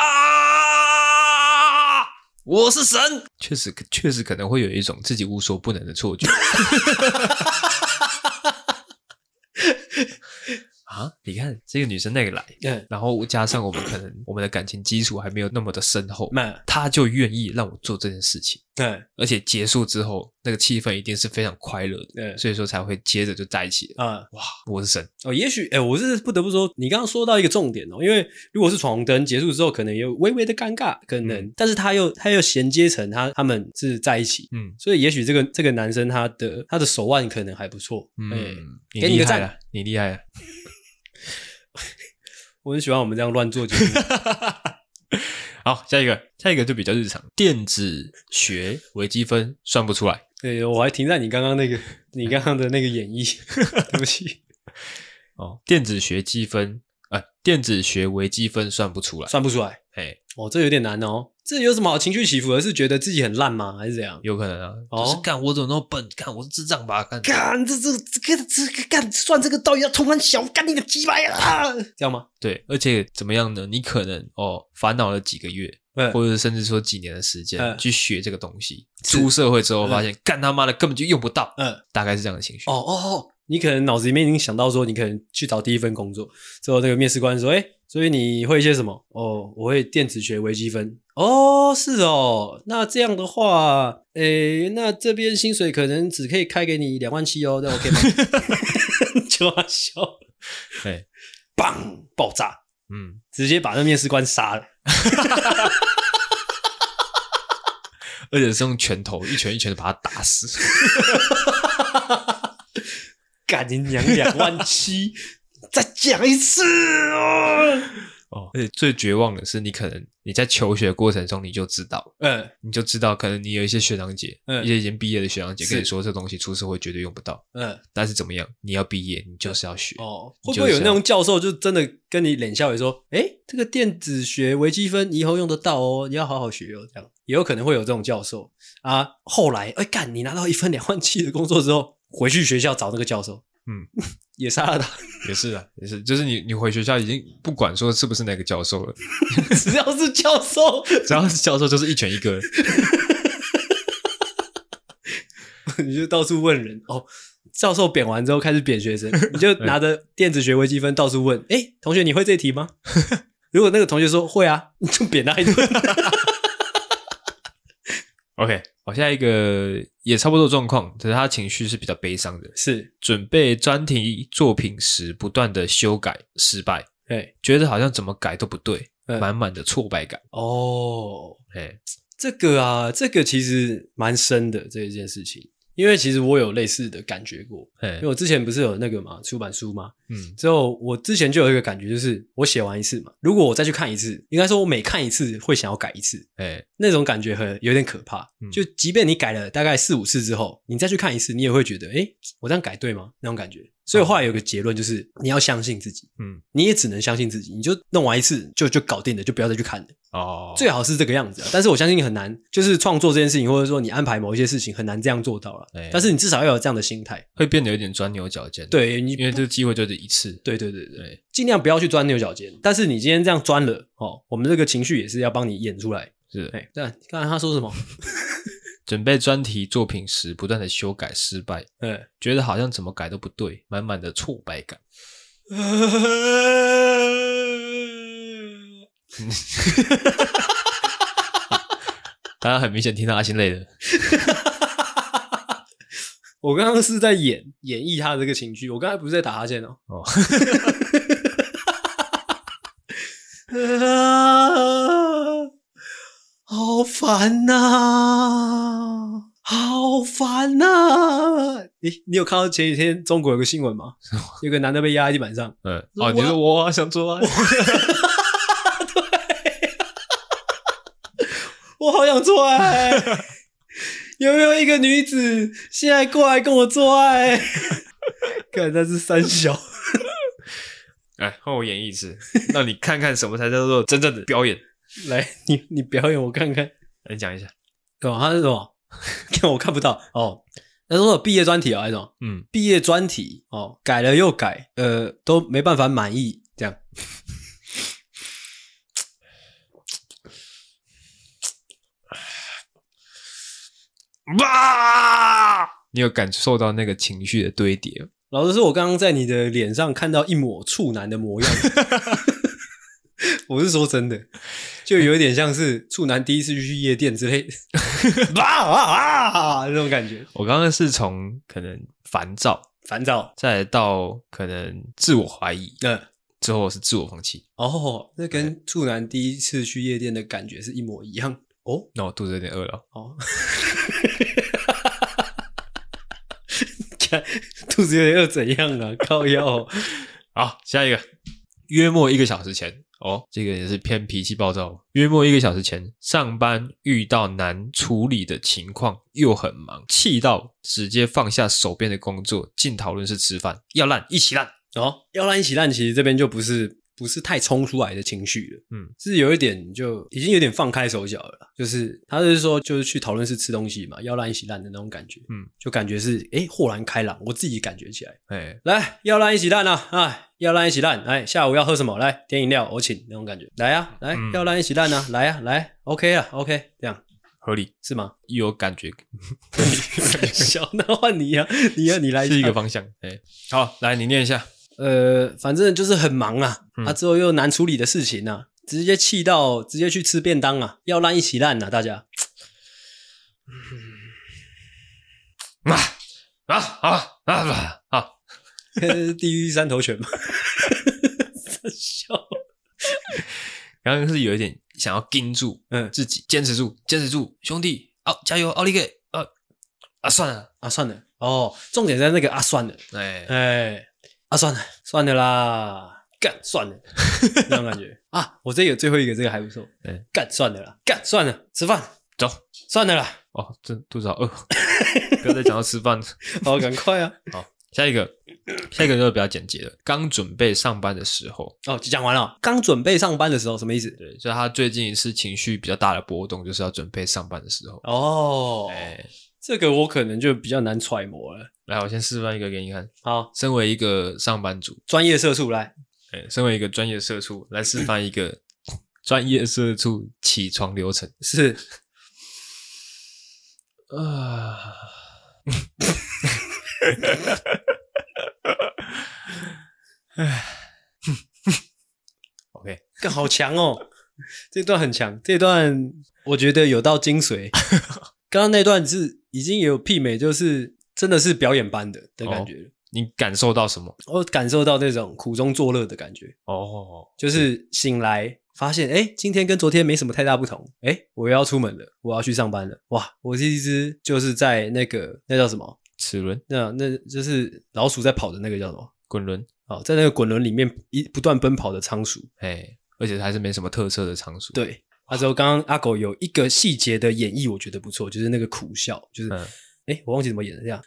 Speaker 1: 我是神，确实确实可能会有一种自己无所不能的错觉。 啊，你看这个女生那个来，
Speaker 2: 嗯，
Speaker 1: 然后加上我们可能我们的感情基础还没有那么的深厚，
Speaker 2: 慢，
Speaker 1: 她就愿意让我做这件事情，
Speaker 2: 嗯
Speaker 1: 而且结束之后那个气氛一定是非常快乐的，
Speaker 2: 嗯
Speaker 1: 所以说才会接着就在一起了。
Speaker 2: 啊，
Speaker 1: 哇，我是神，
Speaker 2: 哦，也许，哎、我是不得不说，你刚刚说到一个重点哦，因为如果是闯红灯结束之后，可能有微微的尴尬，可能，
Speaker 1: 嗯
Speaker 2: 但是他又他又衔接成他他们是在一起，
Speaker 1: 嗯
Speaker 2: 所以也许这个这个男生他的他的手腕可能还不错，嗯，
Speaker 1: 嗯，你
Speaker 2: 给你
Speaker 1: 厉
Speaker 2: 个
Speaker 1: 害
Speaker 2: 赞
Speaker 1: 了，你厉害了。啊
Speaker 2: 我很喜欢我们这样乱做节目，
Speaker 1: 好，下一个，下一个就比较日常，电子学微积分算不出来，
Speaker 2: 对，我还停在你刚刚那个你刚刚的那个演 绎，对不起，
Speaker 1: 哦，电子学积分，呃，电子学微积分算不出来，
Speaker 2: 算不出来，
Speaker 1: 哎，
Speaker 2: 哦，这有点难哦，这有什么好情绪起伏的？是觉得自己很烂吗？还是怎样？
Speaker 1: 有可能啊，
Speaker 2: 哦
Speaker 1: 就是干我怎么那么笨，干我是智障吧，干
Speaker 2: 干这这这个这个干算这个到底要通关小干你个鸡巴呀！这样吗？
Speaker 1: 对，而且怎么样呢？你可能哦烦恼了几个月，
Speaker 2: 嗯
Speaker 1: 或者甚至说几年的时间、
Speaker 2: 嗯
Speaker 1: 去学这个东西，
Speaker 2: 是
Speaker 1: 出社会之后发现、干他妈的根本就用不到，
Speaker 2: 嗯，
Speaker 1: 大概是这样的情绪。
Speaker 2: 哦哦哦，你可能脑子里面已经想到说，你可能去找第一份工作，之后那个面试官说，哎、所以你会一些什么？哦，我会电子学微积分。哦，是哦，那这样的话，诶、那这边薪水可能只可以开给你两万七哦，那 OK 吗？ 就要笑，
Speaker 1: 对，
Speaker 2: 砰，爆炸，
Speaker 1: 哎嗯，
Speaker 2: 直接把那面试官杀了。
Speaker 1: 而且是用拳头一拳一拳的把他打死。
Speaker 2: 干你娘两万七！ 再讲一次哦。
Speaker 1: 哦， 而且最绝望的是，你可能你在求学过程中你就知道，
Speaker 2: 嗯
Speaker 1: 你就知道，可能你有一些学长姐，
Speaker 2: 嗯
Speaker 1: 一些已经毕业的学长姐
Speaker 2: 是
Speaker 1: 跟你说这东西出社会绝对用不到，
Speaker 2: 嗯，
Speaker 1: 但是怎么样，你要毕业，你就是要学。
Speaker 2: 哦，
Speaker 1: 你
Speaker 2: 会
Speaker 1: 就
Speaker 2: 不会有
Speaker 1: 是
Speaker 2: 那
Speaker 1: 要
Speaker 2: 种教授就真的跟你脸笑也说，哎，这个电子学微积分你以后用得到哦，你要好好学哦，这样也有可能会有这种教授啊。后来，哎干，你拿到一份两万七的工作之后，回去学校找那个教授，
Speaker 1: 嗯，
Speaker 2: 也杀了他，
Speaker 1: 也是啊，也是，就是你你回学校已经不管说是不是那个教授了，
Speaker 2: 只要是教授，
Speaker 1: 只要是教授就是一拳一个。
Speaker 2: 你就到处问人哦。教授贬完之后开始贬 学生，你就拿着电子学微积分到处问，哎，同学你会这题吗？ 如果那个同学说会啊，你就贬他一顿。
Speaker 1: OK，好，下一个也差不多状况，只是他情绪是比较悲伤的。
Speaker 2: 是，
Speaker 1: 准备专题作品时，不断的修改失败，
Speaker 2: 哎，
Speaker 1: 觉得好像怎么改都不对，
Speaker 2: 嗯
Speaker 1: 满满的挫败感。
Speaker 2: 哦，
Speaker 1: 哎，
Speaker 2: 这个啊，这个其实蛮深的这一件事情，因为其实我有类似的感觉过，
Speaker 1: 哎
Speaker 2: 因为，我之前不是有那个嘛出版书嘛，
Speaker 1: 嗯，
Speaker 2: 之后我之前就有一个感觉，就是我写完一次嘛，如果我再去看一次，应该说我每看一次会想要改一次，
Speaker 1: 哎，
Speaker 2: 那种感觉很有点可怕
Speaker 1: 嗯。
Speaker 2: 就即便你改了大概四五次之后，你再去看一次，你也会觉得，诶，我这样改对吗？那种感觉。所以我后来有个结论就是，你要相信自己，
Speaker 1: 嗯，
Speaker 2: 你也只能相信自己，你就弄完一次就就搞定了，就不要再去看了。
Speaker 1: 哦，
Speaker 2: 最好是这个样子、啊，但是我相信很难，就是创作这件事情，或者说你安排某一些事情，很难这样做到了
Speaker 1: 哎。
Speaker 2: 但是你至少要有这样的心态，
Speaker 1: 会变得有点钻牛角尖。，
Speaker 2: 对你
Speaker 1: 因，为这个机会就是一次。
Speaker 2: 对对对对，
Speaker 1: 对，
Speaker 2: 尽量不要去钻牛角尖。但是你今天这样钻了，哦，我们这个情绪也是要帮你演出来。
Speaker 1: 是
Speaker 2: 哎，那刚才他说什 么？
Speaker 1: 准备专题作品时，不断的修改失败，
Speaker 2: 哎，
Speaker 1: 觉得好像怎么改都不对，满满的挫败感。大家很明显听到阿星累了。
Speaker 2: 我刚刚是在演演绎他的这个情绪，我刚才不是在打哈欠哦。
Speaker 1: 哦
Speaker 2: 啊，好烦呐、好烦呐、你你有看到前几天中国有个新闻吗？有个男的被压在地板上，
Speaker 1: 嗯，
Speaker 2: 我
Speaker 1: 哦，你说我想做啊爱，
Speaker 2: 我好想做爱， 有没有一个女子现在过来跟我做爱？ 看那是三小，
Speaker 1: 哎，换我演绎一次，让你看看什么才叫做真正的表演。
Speaker 2: 来你你表演我看看。
Speaker 1: 来你讲一下，
Speaker 2: 哦，他是什么？ 看我看不到哦。那时候有毕业专题啊、哦，还是什么
Speaker 1: 嗯，
Speaker 2: 毕业专题哦，改了又改，呃，都没办法满意，这样。
Speaker 1: 哇！你有感受到那个情绪的堆叠？
Speaker 2: 老实说，我刚刚在你的脸上看到一抹处男的模样， 我是说真的，就有一点像是处男第一次去夜店之类的， 啊啊啊那种感觉，
Speaker 1: 我刚刚是从可能烦躁，
Speaker 2: 烦躁。
Speaker 1: 再到可能自我怀疑，
Speaker 2: 嗯，
Speaker 1: 之后是自我放弃。
Speaker 2: 哦，那跟处男第一次去夜店的感觉是一模一样。哦
Speaker 1: 那我肚子有点饿了，
Speaker 2: 哦， 看肚子有点饿，怎样啊？靠腰、哦。
Speaker 1: 好，下一个，约莫一个小时前，哦，这个也是偏脾气暴躁。约莫一个小时前，上班遇到难处理的情况，又很忙，气到直接放下手边的工作，进讨论室吃饭，要烂一起烂。
Speaker 2: 哦，要烂一起烂，其实这边就不是不是太冲出来的情绪了，
Speaker 1: 嗯，
Speaker 2: 是有一点就已经有点放开手脚了啦，就是他是说就是去讨论室吃东西嘛，要烂一起烂的那种感觉，
Speaker 1: 嗯，
Speaker 2: 就感觉是诶豁然开朗，我自己感觉起来，
Speaker 1: 哎，
Speaker 2: 来要烂一起烂啊，哎要烂一起烂，哎下午要喝什么？来点饮料，我请那种感觉，来啊来、
Speaker 1: 嗯
Speaker 2: 要烂一起烂啊，来啊来，OK 啊 OK 这样。
Speaker 1: 合理，
Speaker 2: 是吗？
Speaker 1: 有感觉，
Speaker 2: 小，那换你啊，你啊，你来
Speaker 1: 是一
Speaker 2: 唱
Speaker 1: 个方向。哎，好，来你念一下。
Speaker 2: 呃，反正就是很忙啊，
Speaker 1: 嗯
Speaker 2: 啊之后又难处理的事情啊，直接气到直接去吃便当啊，要烂一起烂啊，大家。
Speaker 1: 啊啊啊啊啊！
Speaker 2: 地狱三头犬嘛，真笑。
Speaker 1: 刚刚是有一点想要盯住，
Speaker 2: 嗯
Speaker 1: 自己坚持住，坚持住，兄弟，好，加油，奥利给，呃，啊，算了，
Speaker 2: 啊，算了，哦，重点在那个啊，算了，
Speaker 1: 哎、
Speaker 2: 哎，啊，算了，算了啦，干算了， 那种感觉啊。我这个最后一个这个还不错
Speaker 1: 嗯，
Speaker 2: 干算了啦，干算了，吃饭
Speaker 1: 走，
Speaker 2: 算了啦，
Speaker 1: 哦，这肚子好饿，不要再讲到吃饭了。
Speaker 2: 好，赶快啊。
Speaker 1: 下一个，下一个就比较简洁了。刚准备上班的时候，
Speaker 2: 哦，就讲完了，刚准备上班的时候什么意思？
Speaker 1: 对，所以他最近一次情绪比较大的波动，就是要准备上班的时候。
Speaker 2: 哦，
Speaker 1: 哎、
Speaker 2: 这个我可能就比较难揣摩了。
Speaker 1: 来，我先示范一个给你看。
Speaker 2: 好，
Speaker 1: 身为一个上班族，
Speaker 2: 专业社畜来，
Speaker 1: 哎、身为一个专业社畜，来示范一个专业社畜起床流程。
Speaker 2: 是
Speaker 1: 啊，OK，
Speaker 2: 更好强哦，这段很强，这段我觉得有到精 髓。刚刚那段是已经有媲美，就是真的是表演班的的感觉了。
Speaker 1: 你感受到什么？
Speaker 2: 我感受到那种苦中作乐的感觉，
Speaker 1: 哦，
Speaker 2: 就是醒来发现，哎，今天跟昨天没什么太大不同，哎，我又要出门了，我要去上班了，哇，我是一只就是在那个那叫什么？
Speaker 1: 齿轮、
Speaker 2: 那那就是老鼠在跑的那个叫什么？
Speaker 1: 滚轮，
Speaker 2: 哦，在那个滚轮里面一不断奔跑的仓鼠，
Speaker 1: 哎，而且还是没什么特色的仓鼠。，
Speaker 2: 对，那时候刚刚阿狗有一个细节的演绎，我觉得不错，就是那个苦笑，就是哎
Speaker 1: 嗯、
Speaker 2: 诶我忘记怎么演了，这样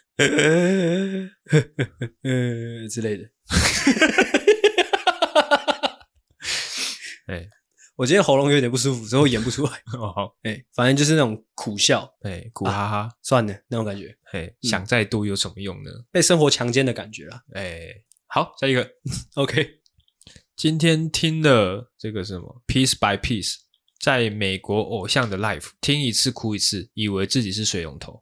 Speaker 2: 呃之类的。
Speaker 1: 哎，
Speaker 2: 我今天喉咙有点不舒服，所以我演不出来。
Speaker 1: 哦，
Speaker 2: 哎、反正就是那种苦笑，
Speaker 1: 哎，苦哈哈，
Speaker 2: 算了那种感觉，
Speaker 1: 哎，想再多有什么用呢？
Speaker 2: 被生活强奸的感觉啦。
Speaker 1: 哎，好，下一个，
Speaker 2: OK，
Speaker 1: 今天听了这个是什么，Piece by Piece，在美国偶像的 Life，听一次哭一次，以为自己是水龙头。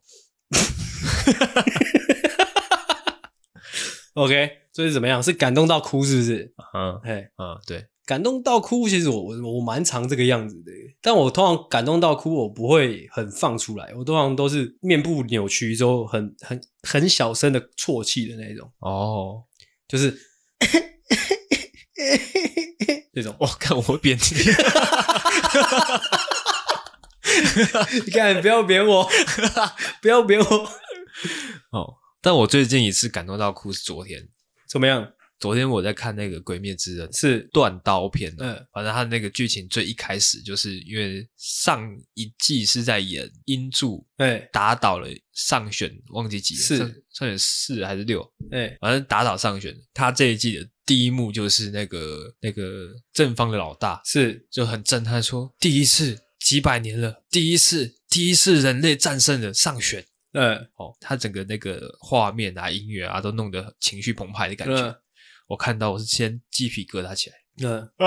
Speaker 2: OK，所以怎么样？是感动到哭是不是？
Speaker 1: 嗯
Speaker 2: 哎、
Speaker 1: 嗯，对，
Speaker 2: 感动到哭，其实我我我蛮常这个样子的耶，但我通常感动到哭，我不会很放出来，我通常都是面部扭曲之后很，很很小声的啜泣的那种，
Speaker 1: 哦，
Speaker 2: 就是这 种。
Speaker 1: 我看我会扁你。
Speaker 2: 你看，不要扁我， 不要扁我，
Speaker 1: 哦，但我最近一次感动到哭是昨天，
Speaker 2: 怎么样？
Speaker 1: 昨天我在看那个《鬼灭之刃》
Speaker 2: 是
Speaker 1: 断刀片啊，
Speaker 2: 嗯
Speaker 1: 反正他那个剧情最一开始就是因为上一季是在演英柱
Speaker 2: 哎
Speaker 1: 打倒了上选，忘记几了
Speaker 2: 是
Speaker 1: 上上选四还是六，
Speaker 2: 哎
Speaker 1: 反正打倒上选。他这一季的第一幕就是那个那个正方的老大
Speaker 2: 是
Speaker 1: 就很震撼说，第一次几百年了，第一次第一次人类战胜了上选。
Speaker 2: 嗯
Speaker 1: 哦，他整个那个画面啊、音乐啊，都弄得情绪澎湃的感觉。
Speaker 2: 嗯
Speaker 1: 我看到我是先鸡皮疙瘩起来。
Speaker 2: 嗯，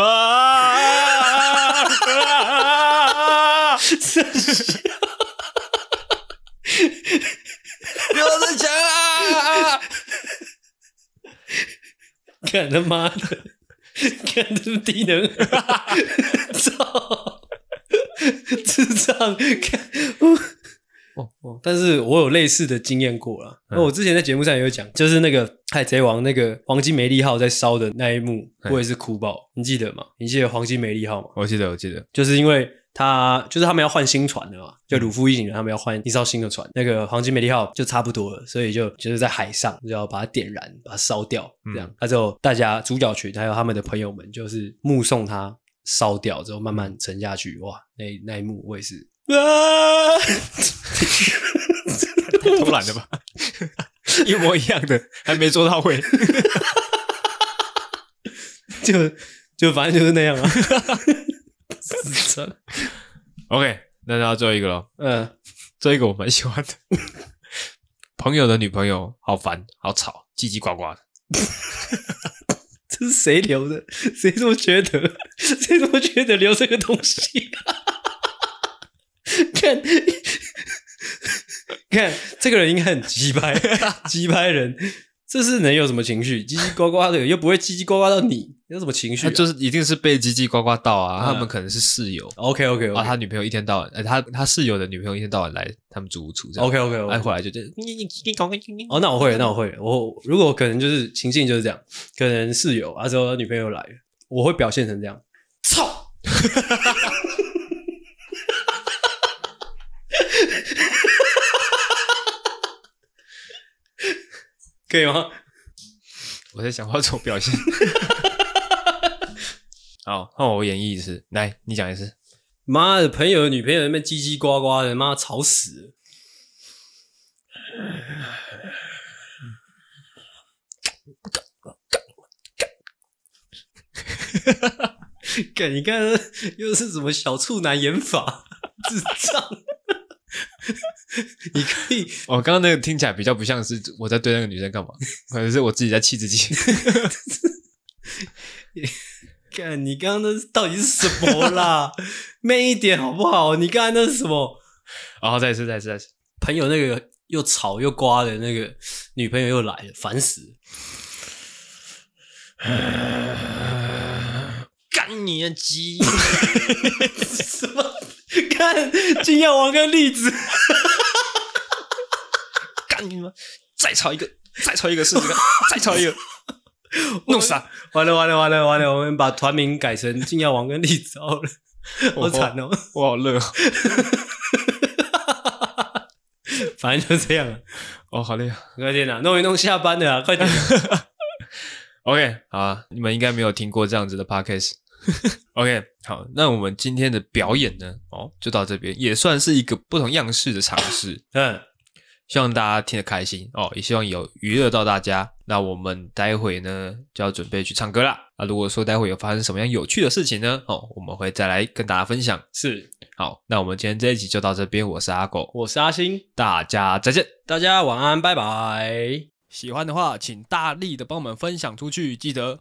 Speaker 1: 啊！不要再讲啊！
Speaker 2: 看他妈的，看这是低能儿，操，智障！看，
Speaker 1: 哦
Speaker 2: 哦，但是我有类似的经验过啦。那、
Speaker 1: 嗯
Speaker 2: 我之前在节目上也有讲，就是那个《海贼王》那个黄金梅利号在烧的那一幕，
Speaker 1: 嗯
Speaker 2: 我也是哭爆。你记得吗？你记得黄金梅利号吗？
Speaker 1: 我记得，我记得，
Speaker 2: 就是因为他就是他们要换新船了嘛，就鲁夫一行人他们要换一艘新的船，那个黄金美丽号就差不多了，所以就就是在海上就要把它点燃，把它烧掉，
Speaker 1: 嗯
Speaker 2: 这样，那、之后大家主角群还有他们的朋友们就是目送它烧掉之后慢慢沉下去，哇，那那一幕我也是。啊！
Speaker 1: 偷懒的吧，一模一样的，还没做到位。
Speaker 2: 就就反正就是那样啊，智障
Speaker 1: OK，那到最后一个咯，
Speaker 2: 嗯，
Speaker 1: 最后一个我蛮喜欢的， 朋友的女朋友好烦，好吵，叽叽呱呱的。
Speaker 2: 这是谁留的？谁这么觉得？谁这么觉得留这个东西？啊 看，看这个人应该很鸡掰， 鸡掰人，这是能有什么情绪？叽叽呱呱的，又不会叽叽呱呱到你，有什么情绪、啊
Speaker 1: 他啊就是一定是被叽叽呱呱到啊，他
Speaker 2: 嗯
Speaker 1: 们可能是室友
Speaker 2: OK OK
Speaker 1: 啊，
Speaker 2: OK
Speaker 1: 他女朋友一天到晚，呃、他他室友的女朋友一天到晚来他们租屋处这样
Speaker 2: OK OK
Speaker 1: 哎
Speaker 2: OK。
Speaker 1: 回来就这样
Speaker 2: 哦，那我会了，那我会了。我如果可能就是情境就是这样，可能室友啊，之后女朋友来了，我会表现成这样，操！ 可以吗？
Speaker 1: 我在想我要怎么表 现。好，那我演绎一次，来你讲一次。
Speaker 2: 妈的，朋友的女朋友在那边叽叽呱呱的，妈吵死了。干，你看又是什么小处男演法， 智障！你可以
Speaker 1: 哦，刚刚那个听起来比较不像是我在对那个女生干嘛， 可能是我自己在气自 己。
Speaker 2: 干，你刚刚那到底是什么啦？慢一点好不好？你刚才那是什么？
Speaker 1: 然后哦再一次，再一次，再一次。
Speaker 2: 朋友那个又吵又刮的那个女朋友又来了，烦死了！干你的 鸡！什么？看金耀王跟栗子，
Speaker 1: 干你妈！再吵一个，再吵一个试试看，再吵一个，弄死他！
Speaker 2: 完了完了完了完了！我们把团名改成金耀王跟栗子好了，好惨哦！
Speaker 1: 我好热哦，
Speaker 2: 反正就这样了，
Speaker 1: 哦，好累啊。
Speaker 2: 快点啦，弄一弄下班了啊，快点！
Speaker 1: OK，好啊，你们应该没有听过这样子的 podcast。OK，好，那我们今天的表演呢，哦，就到这边，也算是一个不同样式的尝试，
Speaker 2: 嗯，
Speaker 1: 希望大家听得开心哦，也希望有娱乐到大家。那我们待会呢就要准备去唱歌啦。啊，如果说待会有发生什么样有趣的事情呢，哦，我们会再来跟大家分享。
Speaker 2: 是，
Speaker 1: 好，那我们今天这一集就到这边，我是阿狗，
Speaker 2: 我是阿星，
Speaker 1: 大家再见。
Speaker 2: 大家晚安，拜拜。
Speaker 1: 喜欢的话，请大力的帮我们分享出去，记得